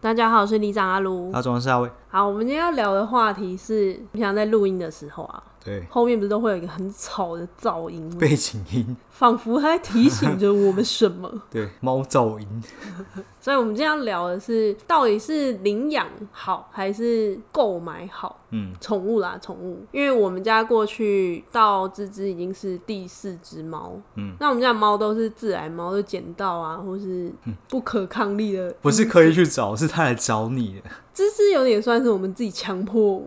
大家好，我是里长阿卢。大中是阿威，好，我们今天要聊的话题是，平常在录音的时候 啊，对，后面不是都会有一个很吵的噪音吗，背景音，仿佛它在提醒着我们什么。 对，猫噪音，所以我们今天要聊的是，到底是领养好还是购买好？嗯，宠物啦，宠物，因为我们家过去到芝芝已经是第四只猫，嗯，那我们家的猫都是自然猫，就捡到啊，或是不可抗力的。 不是刻意去找，是他来找你的，芝芝有点算是我们自己强迫，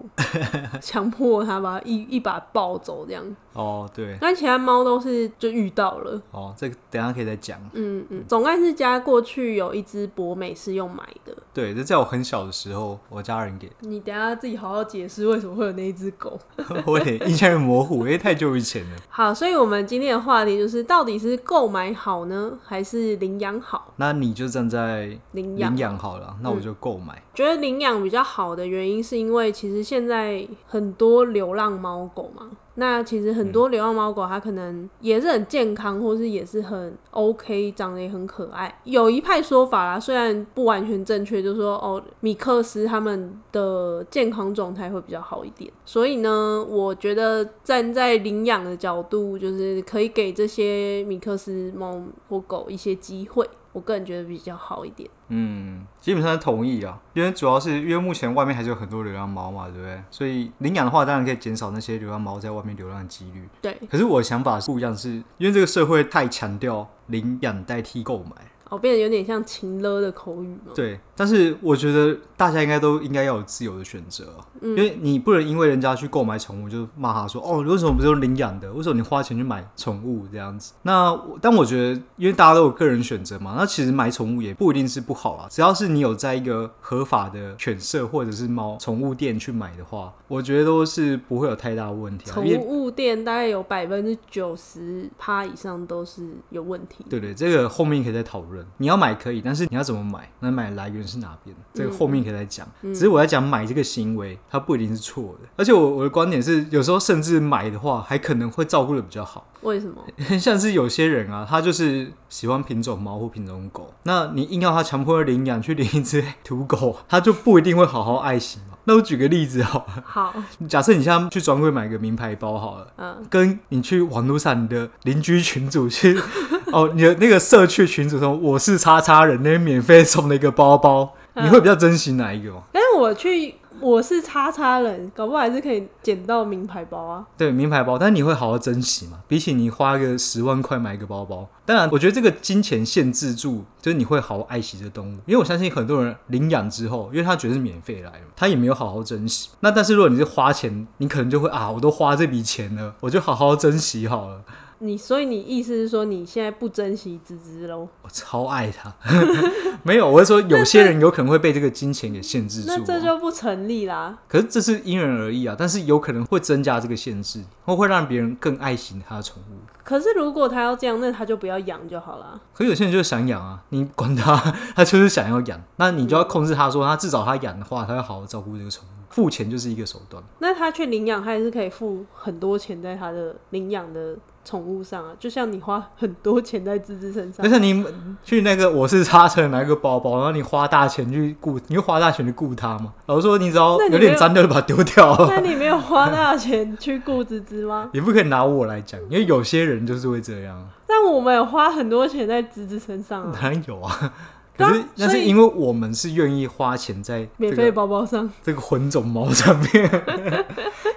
强迫它把它一一把抱走这样，哦，对，但其他猫都是就遇到了。哦，这个等一下可以再讲，嗯嗯，总干事家过去有一只博美是用买的，对，这在我很小的时候，我家人给的， 你等一下自己好好解释为什么会有那一只狗。我有点印象有点模糊，因为太久以前了。好，所以我们今天的话题就是，到底是购买好呢，还是领养好？那你就站在领养领养好了，那我就购买，觉得领养比较好的原因，是因为其实现在很多流浪猫狗嘛，那其实很多流浪猫狗它可能也是很健康，或是也是很 OK，长得也很可爱。有一派说法啦，虽然不完全正确，就说哦，米克斯他们的健康状态会比较好一点。所以呢，我觉得站在领养的角度，就是可以给这些米克斯猫或狗一些机会，我个人觉得比较好一点。嗯，基本上是同意啊，因为主要是因为目前外面还是有很多流浪猫嘛，对不对？所以领养的话，当然可以减少那些流浪猫在外面流浪的几率。对，可是我的想法是不一样是，因为这个社会太强调领养代替购买，哦，变得有点像情勒的口语嘛。对。但是我觉得大家应该都应该要有自由的选择，哦嗯因为你不能因为人家去购买宠物就骂他说哦，你为什么不是用领养的？为什么你花钱去买宠物这样子？那我但我觉得，因为大家都有个人选择嘛，那其实买宠物也不一定是不好啊，只要是你有在一个合法的犬舍或者是猫宠物店去买的话，我觉得都是不会有太大的问题、啊，宠因为物店大概有百分之九十趴以上都是有问题。对对，这个后面可以再讨论。你要买可以，但是你要怎么买？那买来源是哪边？这个后面可以再讲。只是我在讲买这个行为，它不一定是错的。而且我我的观点是，有时候甚至买的话，还可能会照顾的比较好。 为什么？像是有些人啊，他就是喜欢品种猫或品种狗，那你硬要他强迫领养去领一只土狗，他就不一定会好好爱惜嘛。那我举个例子哦好好，了，假设你现在去专柜买个名牌包好了，嗯，跟你去网络上你的邻居群组去， 哦，你的那个社区群组中，我是叉叉人，那边免费送了一个包包，嗯你会比较珍惜哪一个吗？但是我去我是叉叉人，搞不好还是可以捡到名牌包啊。对，名牌包，但你会好好珍惜嘛？比起你花个十万块买一个包包，当然，我觉得这个金钱限制住，就是你会好好爱惜这动物，因为我相信很多人领养之后，因为他觉得是免费来的，他也没有好好珍惜。那但是如果你是花钱，你可能就会啊，我都花这笔钱了，我就好好珍惜好了。你所以你意思是说你现在不珍惜芝芝喽？我超爱他， 没有，我是说有些人有可能会被这个金钱给限制住、那这啊。就不成立啦。可是这是因人而异啊，但是有可能会增加这个限制，或会让别人更爱惜他的宠物。可是如果他要这样，那他就不要养就好啦。可有些人就是想养啊，你管他，他就是想要养，那你就要控制他说，他至少他养的话，他要好好照顾这个宠物。付钱就是一个手段，那他去领养，他也是可以付很多钱在他的领养的宠物上啊，就像你花很多钱在芝芝身上 但。是你去那个我是叉车拿一个包包，然后你花大钱去雇，你会花大钱去雇它吗？老实说，你只要那你没有有点脏掉就把它丢 掉啊。那你没有花大钱去顾芝芝吗？ 也不可以拿我来讲，因为有些人就是会这样，啊但我们有花很多钱在芝芝身上啊，当然有啊。对啊可是那所是以因为我们是愿意花钱在 这免费个包包上。这个混种猫上面，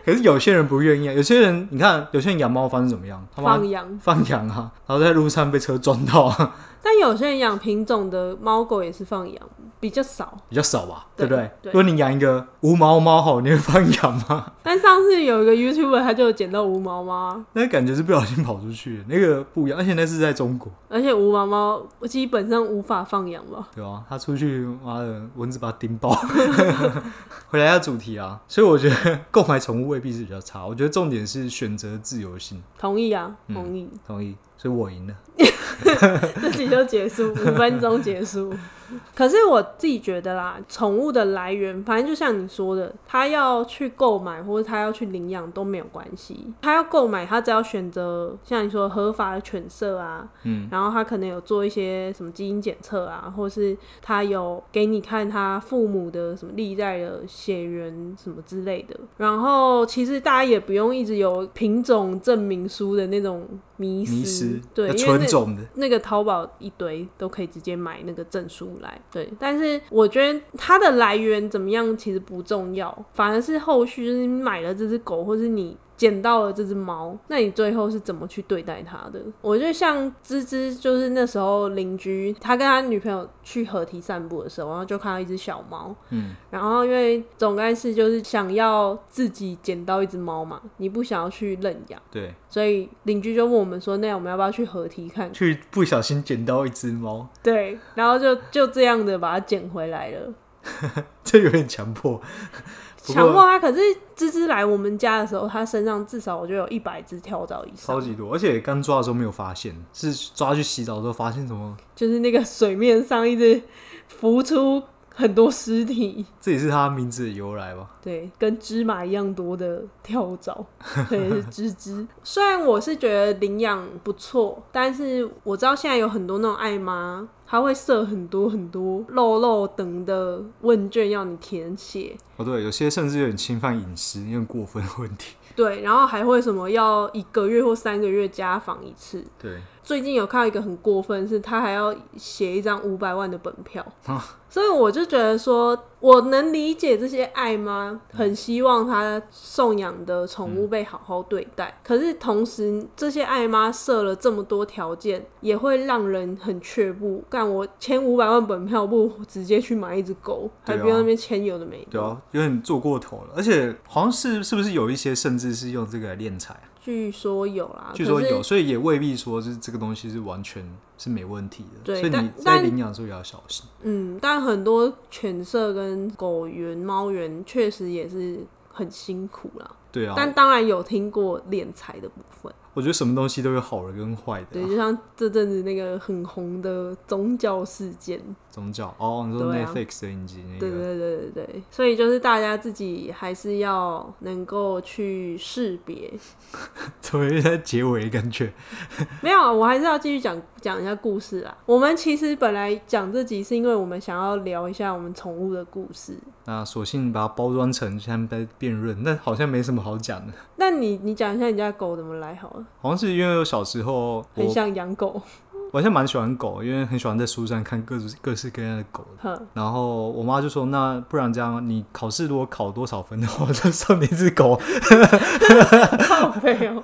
可是有些人不愿意啊。有些人你看，有些人养猫方式怎么样？他妈放养，放养啊，然后在路上被车撞到、啊， 但有些人养品种的猫狗也是放养，比较少。比较少吧，对对不对？对如果你养一个无毛猫吼，你会放养吗？ 但上次有一个 YouTuber 他就有捡到无毛猫啊，那感觉是不小心跑出去的，那个不一样，而且那是在中国。而且无毛猫基本上无法放养吧。对啊，他出去，妈的，蚊子把他叮爆。 回来要主题啊，所以我觉得购买宠物未必是比较差，我觉得重点是选择自由性。同意啊，嗯同意，同意，所以我赢了。这集就结 束，五分钟结束。可是我自己觉得啦，宠物的来源，反正就像你说的，他要去购买或者他要去领养都没有关系。他要购买，他只要选择像你说合法的犬舍啊，嗯，然后他可能有做一些什么基因检测啊，或是他有给你看他父母的什么历代的血缘什么之类的。然后其实大家也不用一直有品种证明书的那种迷思，呃迷失，对，要因为纯那种的，那个淘宝一堆都可以直接买那个证书来，对。但是我觉得它的来源怎么样其实不重要，反而是后续就是你买了这只狗，或是你捡到了这只猫，那你最后是怎么去对待它的？我觉得像芝芝，就是那时候邻居他跟他女朋友去河堤散步的时候，然后就看到一只小猫，嗯，然后因为总干事就是想要自己捡到一只猫嘛，你不想要去认养，对，所以邻居就问我们说，那我们要不要去河堤看看？去不小心捡到一只猫， 对，然后就就这样的把它捡回来了。这有点强迫。不强迫过它，可是芝芝来我们家的时候，它身上至少我就有一百只跳蚤以超上，级多，而且刚抓的时候没有发现，是抓去洗澡的时候发现什么？就是那个水面上一直浮出很多尸体，这也是它名字的由来吧？对，跟芝麻一样多的跳蚤，对，是芝芝。虽然我是觉得领养不错，但是我知道现在有很多那种爱妈，他会设很多很多肉肉等的问卷要你填写，哦，对，有些甚至有点侵犯隐私，有点过分的问题。对，然后还会什么要一个月或三个月家访一次。对，最近有看到一个很过分，是他还要写一张五百万的本票，啊 所以我就觉得说，我能理解这些爱吗？很希望他送养的宠嗯物被好好对待，可是同时这些爱妈设了这么多条件，也会让人很却步。干我签五百万本票，不如直接去买一只狗，还对不用啊那边签有的没对的。啊，有点做过头了，而且好像是是不是有一些甚至是用这个来敛财啊？据说有啦，据说啊可是有，所以也未必说是这个东西是完全是没问题的。对所以但你在但领养的时候也要小心。嗯，但很多犬舍跟狗园、猫园确实也是很辛苦啦。对啊，但当然有听过敛财的部分，我觉得什么东西都有好的跟坏的对，啊、就像这阵子那个很红的宗教事件，宗教哦，你说对啊 Netflix 的影集那对 个，对对对对，所以就是大家自己还是要能够去识别。怎么又在结尾的感觉？没有啊，我还是要继续讲讲一下故事啦。我们其实本来讲这集是因为我们想要聊一下我们宠物的故事。那索性把它包装成现在在辩论，但好像没什么好讲的。那你你讲一下你家狗怎么来好了，好像是因为我小时候很我像养狗， 我好像蛮喜欢狗，因为很喜欢在书上看各种各式各样的狗的。哼。然后我妈就说：“那不然这样，你考试如果考多少分的话，我就送你一只狗。”好肥哦，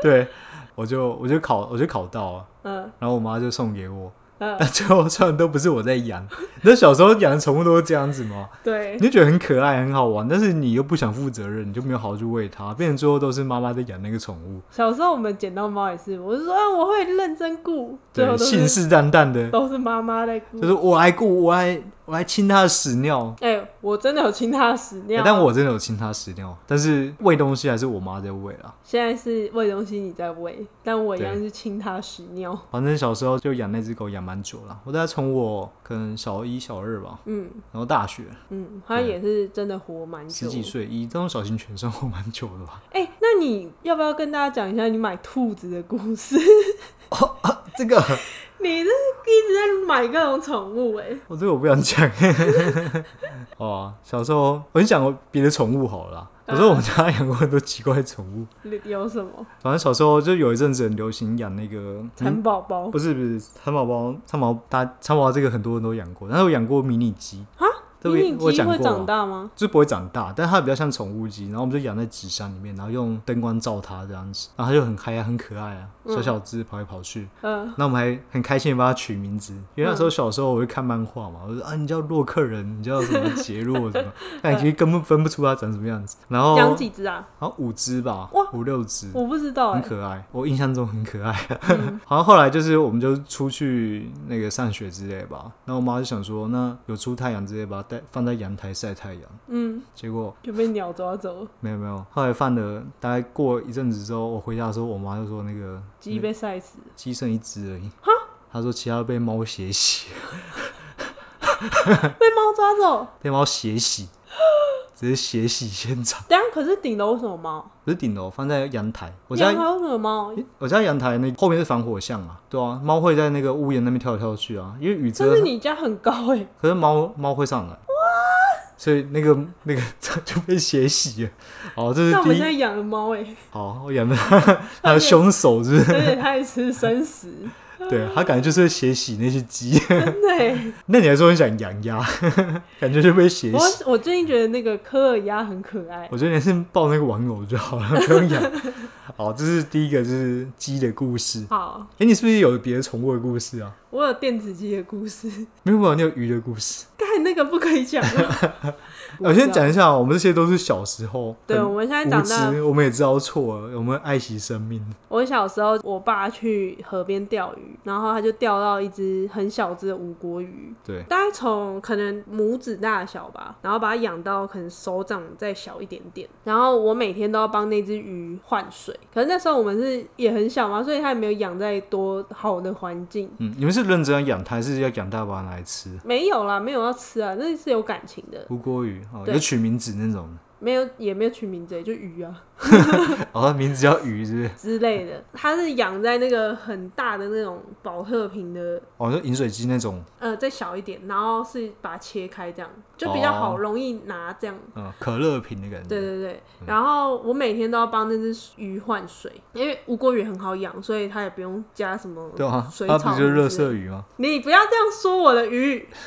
对， 我就我就考我就考到了，嗯然后我妈就送给我。 嗯，但最后虽然都不是我在养，那小时候养的宠物都是这样子嘛，对你就觉得很可爱很好玩，但是你又不想负责任，你就没有好好去喂它，变成最后都是妈妈在养那个宠物，小时候我们捡到猫也是，我就说，啊，我会认真顾，最后对，都信是誓旦旦的，都是妈妈在顾就。是我来顾，我来我来亲它的屎尿。哎、我真的有亲它的屎欸尿，但我真的有亲它屎尿，但是喂东西还是我妈在喂啦。现在是喂东西你在喂，但我一样对是亲它的屎尿。反正小时候就养那只狗养蛮久了，我大概从我可能小一小二吧，嗯然后大学嗯，它也是真的活蛮久哦十的。几岁，以这种小型犬生活蛮久的吧。哎、那你要不要跟大家讲一下你买兔子的故事？ 这个你这一直在买各种宠物哎、我这个我不想讲。 哦、啊，小时候我先讲过别的宠物好了啦。小时候我们家养过很多奇怪的宠物，你有什么反正小时候就有一阵子很流行养那个，嗯蚕宝宝不是不是蚕宝宝，蚕宝宝大蚕宝宝这个很多人都养过，但是我养过迷你鸡，这啊迷个你我鸡讲会过长啊，大吗？就不会长大，但它比较像宠物鸡，然后我们就养在纸箱里面，然后用灯光照它这样子，然后它就很嗨啊，很可爱啊，小小只跑来跑去，嗯，那我们还很开心地帮他取名字，因为那时候小时候我会看漫画嘛，我就说啊，你叫洛克人，你叫 什么杰洛什么，但其实根本分不出他长什么样子。然后，养然几只啊？后五只吧哇，嗯五六只，我不知道很哎、可爱，我印象中很可爱。 好像后来就是我们就出去那个上学之类吧，然后我妈就想说，那有出太阳之类吧，带放在阳台晒太阳。嗯，结果就被鸟抓走了，没有没有，后来放了大概过一阵子之后，我回家的时候，我妈就说那个鸡被晒死。鸡剩一只而已。她说其他被猫血洗。 被猫抓走。被猫血洗， 直接血洗现场。等一下，可是顶楼为什么猫？不是顶楼，放在阳台。我家阳台为什么有猫？诶我家阳台那后面是防火巷啊，对啊，猫会在那个屋檐那边跳来跳去啊，因为雨但遮是，你家很高哎、可是猫猫会上来。所以那个 那个就被血洗了。好，这那是我们第现在一。养的猫哎，好，我养的 它的凶手是不是？而且它也吃生食，对，它感觉就是血洗那些鸡。真的欸。那你还说你想养鸭， 感觉就被血洗。我我最近觉得那个科尔鸭很可爱，我觉得你是抱那个玩偶就好 了，不用养。好，这是第一个，就是鸡的故事。好，哎、你是不是有别的宠物的故事啊？我有电子鸡的故事， 没有没有，你有鱼的故事。但那个不可以讲啊了。 我先讲一下，我们这些都是小时候，对，很我们现在长无大知，我们也知道错了，我们爱惜生命。我小时候，我爸去河边钓鱼，然后他就钓到一只很小只的无国鱼，对，大概从可能拇指大小吧，然后把它养到可能手掌再小一点点。然后我每天都要帮那只鱼换水，可是那时候我们是也很小嘛，所以它也没有养在多好的环境。嗯，你们是认真要养它，还是要养大把它拿来吃？没有啦，没有要吃啊，那是有感情的，无锅鱼哦，对有取名字那种，没有也没有取名字，就鱼啊哦，它名字叫鱼是不是？之类的。它是养在那个很大的那种保特瓶的哦，就饮水机那种，呃，再小一点，然后是把它切开，这样就比较好，哦容易拿这样。嗯，可乐瓶的感觉。对对对，嗯然后我每天都要帮那只鱼换水，因为无锅鱼很好养，所以它也不用加什么对啊，水它草不就是热之类的色鱼吗？你不要这样说我的鱼。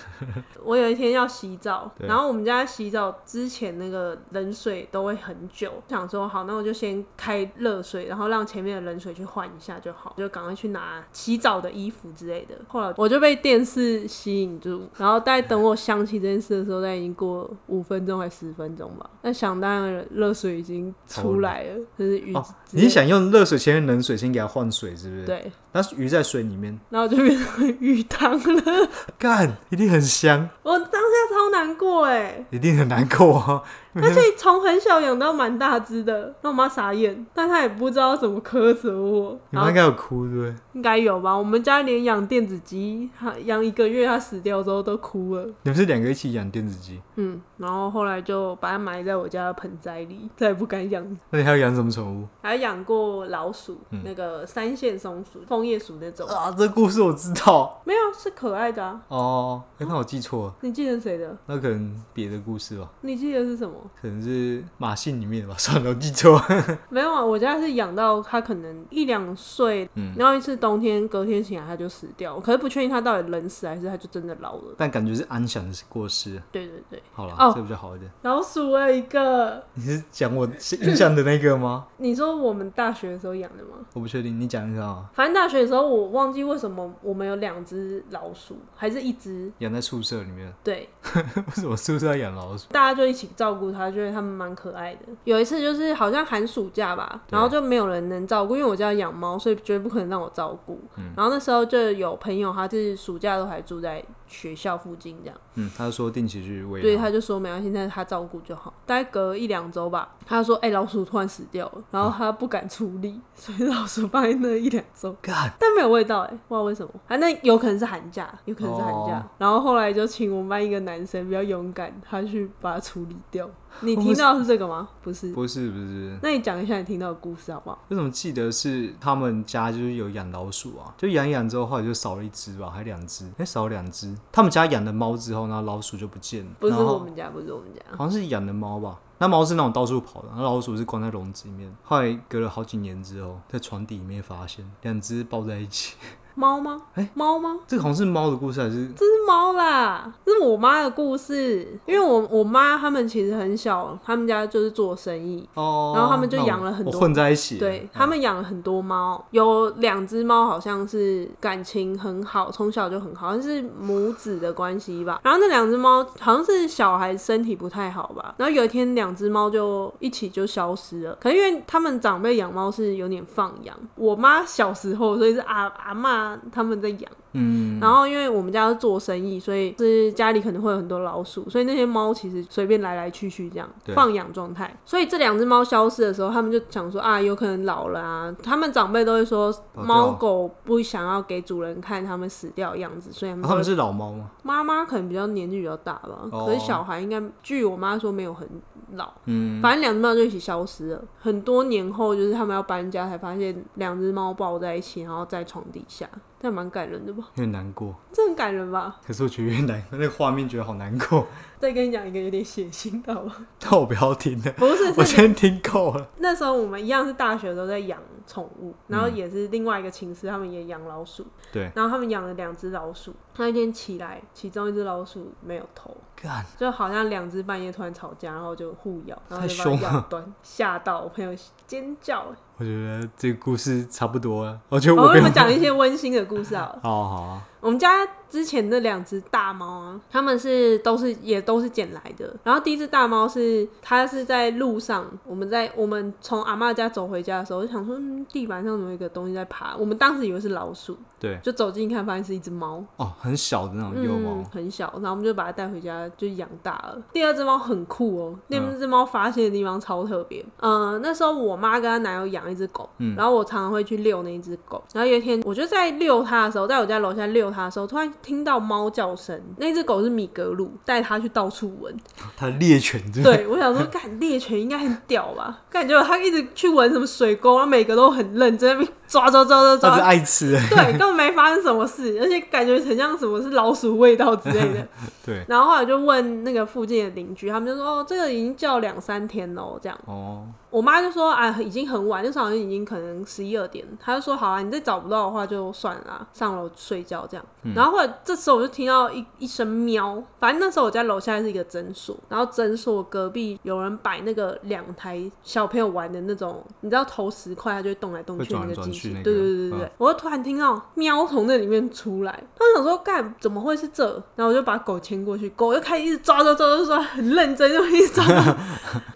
我有一天要洗澡，对然后我们家洗澡之前那个冷水都会很久，想说好，那我就先开热水，然后让前面的冷水去换一下就好，就赶快去拿洗澡的衣服之类的。后来我就被电视吸引住，然后大概等我想起这件事的时候，大概已经过五分钟还十分钟吧。那想当然了，热水已经出来了，就是鱼哦，之类的、你想用热水前面冷水先给它换水，是不是？。对，那鱼在水里面，然后就变成鱼汤了。干，一定很香，我当下超难过哎、一定很难过啊。而且从很小养到蛮大只的，让我妈傻眼，但她也不知道怎么苛责我。你 然们后应该有哭对不对？应该有吧？我们家连养电子鸡，它养一个月，它死掉之后都哭了。你们是两个一起养电子鸡，嗯，然后后来就把它埋在我家的盆栽里，再也不敢养。那你还要养什么宠物还养过老鼠，那个三线松鼠、枫叶鼠那种，啊？这故事我知道没有是可爱的啊。哦，诶那我记错了，你记得谁的？那可能别的故事吧，你记得是什么？可能是马戏里面的吧， 算了，我记错了。没有啊，我家是养到它可能一两岁，嗯然后一次冬天，隔天醒来它就死掉。可是不确定它到底冷死还是它就真的老了。但感觉是安详的过世，对对对，好了，哦这比较好一点。老鼠了一个。你是讲我是印象的那个吗？ 你说我们大学的时候养的吗？我不确定，你讲一下啊。反正大学的时候我忘记为什么我们有两只老鼠，还是一只。养在宿舍里面， 对，为什么宿舍要养老鼠？大家就一起照顾它，觉得它们蛮可爱的。有一次就是好像寒暑假吧，对然后就没有人能照顾，因为我家养猫，所以绝对不可能让我照顾。然后那时候就有朋友，他是暑假都还住在学校附近这样。嗯，他说定期去喂。对，，他就说没关系，那他照顾就好。大概隔一两周吧，他说：“哎、老鼠突然死掉了。”然后他不敢处理，所以老鼠放在那一两周，干，但没有味道、哎，不知道为什么。啊，那有可能是寒假，有可能是寒假。哦然后后来就请我们班一个男生比较勇敢，他去把它处理 掉。你我听们到的是这个吗？不是。不是不是，那你讲一下你听到的故事好不好？为什么记得是他们家就是有养老鼠啊？就养一养之后，后来就少了一只吧，还两只，哎、少了两只。他们家养的猫之后，然后老鼠就不见了，不是然后我们家，不是我们家。好像是养的猫吧。那猫是那种到处跑的，那老鼠是关在笼子里面。后来隔了好几年之后，在床底里面发现两只抱在一起， 猫吗？哎猫吗？这个好像是猫的故事还是？这是猫啦，这是我妈的故事。因为我我妈他们其实很小，他们家就是做生意，哦，然后他们就那我养了很多我混在一起了。对嗯他们养了很多猫，有两只猫好像是感情很好，从小就很好，好像是母子的关系吧。然后那两只猫好像是小孩身体不太好吧，然后有一天两只猫就一起就消失了。可能因为他们长辈养猫是有点放养，我妈小时候所以是阿阿嬷他们在养。嗯，然后因为我们家是做生意，所以是家里可能会有很多老鼠，所以那些猫其实随便来来去去这样对放养状态。所以这两只猫消失的时候，他们就想说啊，有可能老了啊。他们长辈都会说，跑掉猫狗不想要给主人看它们死掉的样子，所以他啊们他们都是老猫吗？妈妈可能比较年纪比较大吧，哦可是小孩应该据我妈说没有很老。嗯，反正两只猫就一起消失了。很多年后，就是他们要搬家，才发现两只猫抱在一起，然后在床底下，这还蛮感人的吧？有点难过。这很感人吧？可是我觉得有点难， 那个画面觉得好难过。 再跟你讲一个有点血腥的好吗？但我不要听了， 不是，我是先听够了。那时候我们一样是大学的时候在养宠物，嗯然后也是另外一个寝室，他们也养老鼠，对，然后他们养了两只老鼠。那一天起来，其中一只老鼠没有头，干，就好像两只半夜突然吵架，然后就互咬，然后啊太就把凶啊它咬了断，吓到我朋友尖叫。我觉得这个故事差不多了。我觉得好我我没有们。讲一些温馨的故事好了。好好啊，我们家之前那两只大猫啊，它们是都是也都是捡来的。然后第一只大猫是它是在路上，我们在我们从阿嬷家走回家的时候，就想说、嗯、地板上怎么有一个东西在爬，我们当时以为是老鼠，对，就走近看发现是一只猫，哦，很小的那种幼嗯猫，，很小，然后我们就把它带回家就养大了。第二只猫很酷哦，那嗯只猫发现的地方超特别。嗯、那时候我妈跟她男友养一只狗，嗯然后我常常会去遛那一只狗。然后有一天，我就在遛它的时候，在我家楼下遛它的时候，突然听到猫叫声。那只狗是米格鲁，带它去到处 闻。它 猎犬对不对对，我想说，干猎犬应该很屌吧？感觉它一直去闻什么水沟，然后每个都很认真，在那边抓抓抓抓 抓，它是爱吃的。对，根本没发生什么事，而且感觉很像什么是老鼠味道之类的。对，然后后来就问那个附近的邻居，他们就说：“哦，这个已经叫两三天喽。”这样，哦，我妈就说：“啊，已经很晚，那时候好像已经可能十一二点。”她就说：“好啊，你再找不到的话就算了啊，上楼睡觉这样。嗯然后后来这时候我就听到一一声喵，反正那时候我家楼下是一个诊所，然后诊所隔壁有人摆那个两台小朋友玩的那种，你知道投十块它就会动来动去那会转来个转机去器，那个嗯对对对对对，我就突然听到喵从那里面出来，他想说干怎么会是这？然后我就把狗牵过去，狗又开始一直抓抓抓抓抓，很认真就一直抓，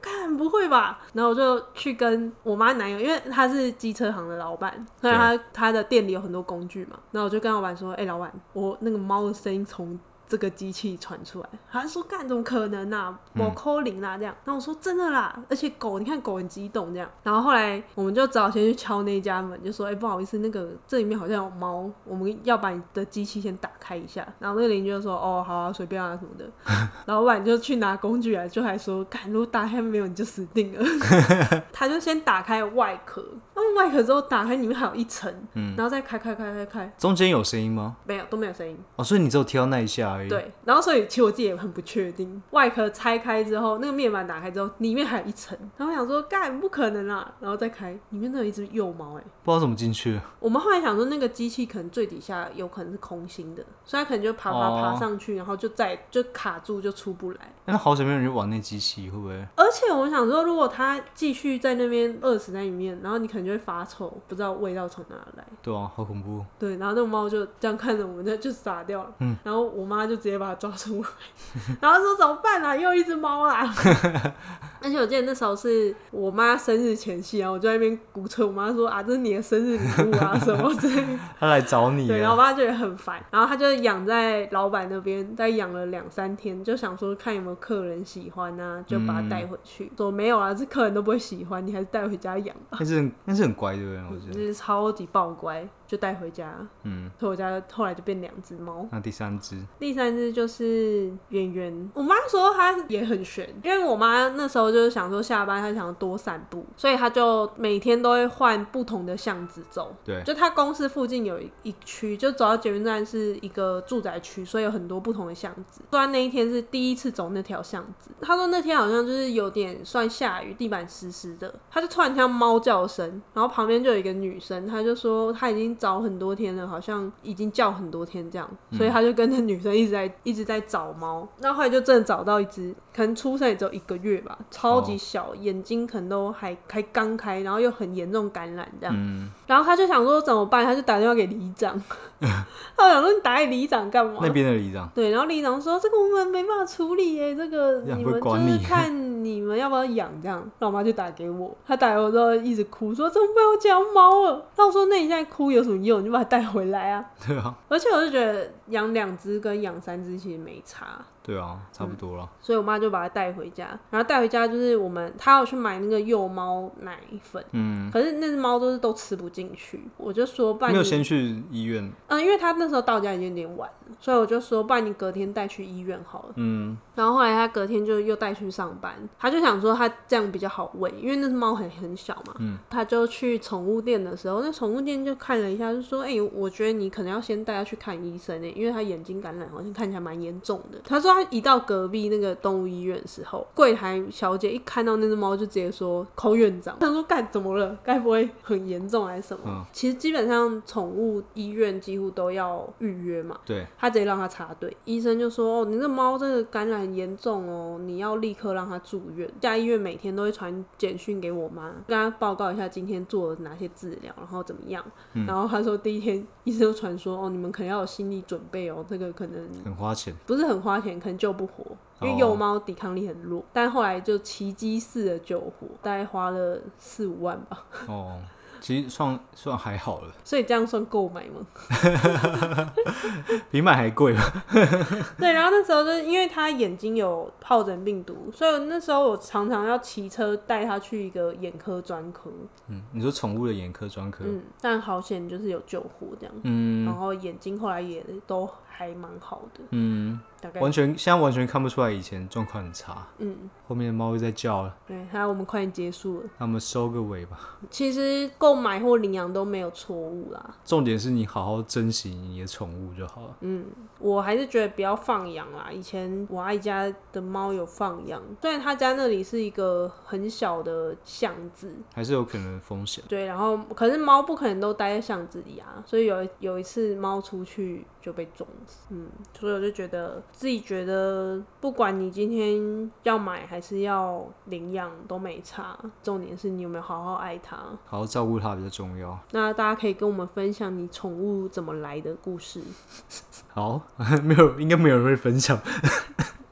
干不会吧？然后我就去跟我妈男友，因为他是机车行的老板，所以他他的店里有很多工具嘛，然后我就跟老板说，哎、老板，我那个猫的声音从。这个机器传出来，他说干怎么可能啊？我扣零啦这样，然后我说真的啦，而且狗你看狗很激动这样，然后后来我们就只好先去敲那一家门，就说哎、不好意思，那个这里面好像有猫，我们要把你的机器先打开一下，然后那个邻居就说哦好啊随便啊什么的，老板就去拿工具来，就还说干如果打开没有你就死定了，他就先打开外壳，那外壳之后打开里面还有一层，然后再开开开开开，中间有声音吗？没有都没有声音。哦，所以你只有贴到那一下而已。，对，然后所以其实我自己也很不确定，外壳拆开之后，那个面板打开之后，里面还有一层，然后我想说干不可能啊，然后再开，里面那有一只幼猫哎、不知道怎么进去的。我们后来想说，那个机器可能最底下有可能是空心的，所以它可能就爬爬爬哦上去，然后就再就卡住就出不来。哎那好久没有人去玩那机器，会不会？而且我想说，如果它继续在那边饿死在里面，然后你可能就会发臭，不知道味道从哪来。对啊，好恐怖。对，然后那个猫就这样看着我们，就就傻掉了。然后我妈就直接把它抓出来，然后说怎么办啊？又一只猫啦！而且我记得那时候是我妈生日前夕啊，我就在那边鼓吹我妈说啊，这是你的生日礼物啊什么之类的。他来找你啊对，然后了。我妈就觉得很烦，然后她就养在老板那边，再养了两三天，就想说看有没有客人喜欢啊，就把它带回嗯去。说没有啊，这客人都不会喜欢，你还是带回家养吧。那是很那是很乖，对不对？我觉就得，是超级爆乖，就带回家。嗯，所以我家后来就变两只猫，那第三只，第三只就是圆圆。我妈说她也很悬，因为我妈那时候就是想说下班她想要多散步，所以她就每天都会换不同的巷子走。对，就她公司附近有一一区，就走到捷运站是一个住宅区，所以有很多不同的巷子。虽然那一天是第一次走那条巷子，她说那天好像就是有点算下雨，地板湿湿的，她就突然听到猫叫声，然后旁边就有一个女生，她就说她已经经找很多天了，好像已经叫很多天这样，所以他就跟着女生一直在一直在找猫。那后来就真的找到一只，可能出生也只有一个月吧，超级哦小，眼睛可能都还还刚开，然后又很严重感染这样。嗯，然后他就想说怎么办，他就打电话给里 长，他想说你打给里长干嘛？那边的里长，对，然后里长说这个我们没办法处理耶，这个也你不们会就管是你看你们要不要养这样。然后我妈就打给我，她打给我之后一直哭说怎么办，我家猫了。然后我说那你现在哭有什么用？你就把它带回来啊。 对啊，而且我就觉得养两只跟养三只其实没差。对啊，差不多了。所以我妈就把它带回家，然后带回家就是我们，她要去买那个幼猫奶粉，嗯，可是那只猫都是都吃不进去，我就说，不然没有你先去医院，嗯，因为他那时候到家已经有点晚了，所以我就说，不然你隔天带去医院好了。嗯，然后后来他隔天就又带去上班，他就想说他这样比较好喂，因为那只猫很很小嘛。嗯。他就去宠物店的时候，那宠物店就看了一下，就说：“哎、我觉得你可能要先带它去看医生诶、因为它眼睛感染好像看起来蛮严重的。”他说他一到隔壁那个动物医院的时候，柜台小姐一看到那只猫就直接说 call 院长，他说：“干怎么了？该不会很严重还是什么？”嗯其实基本上宠物医院几乎都要预约嘛。对，他直接让他插队，医生就说：“哦，你这猫真的感染很严重哦，你要立刻让它住院。”下医院每天都会传简讯给我妈，跟她报告一下今天做了哪些治疗，然后怎么样。然后他说第一天医生就传说：“哦，你们可能要有心理准备哦，这个可能很花钱，不是很花钱，可能救不活，因哦为幼猫抵抗力很弱。”但后来就奇迹式的救活，大概花了四五万吧。哦，其实算算还好了，所以这样算购买吗？比买还贵吧？对，然后那时候就是因为他眼睛有疱疹病毒，所以那时候我常常要骑车带他去一个眼科专科。嗯，你说宠物的眼科专科，嗯，但好险就是有救护这样，嗯然后眼睛后来也都还蛮好的，嗯，大概完全现在完全看不出来以前状况很差，嗯。后面的猫又在叫了，对，还有我们快点结束了。那我们收个尾吧。其实购买或领养都没有错误啦，重点是你好好珍惜你的宠物就好了。我还是觉得不要放养啦。以前我阿姨家的猫有放养，虽然她家那里是一个很小的巷子，还是有可能风险。对，然后可是猫不可能都待在巷子里啊，所以有一有一次猫出去就被撞死，嗯，所以我就觉得自己觉得，不管你今天要买还是要领养都没差，重点是你有没有好好爱它。好好照顾它比较重要。那大家可以跟我们分享你宠物怎么来的故事，好， 没有，应该没有人会分享。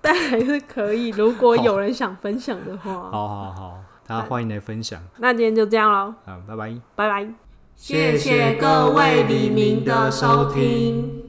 但还是可以，如果有人想分享的话，好好好，大家欢迎来分享。那今天就这样喽，嗯，拜拜。拜拜。谢谢各位黎明的收听。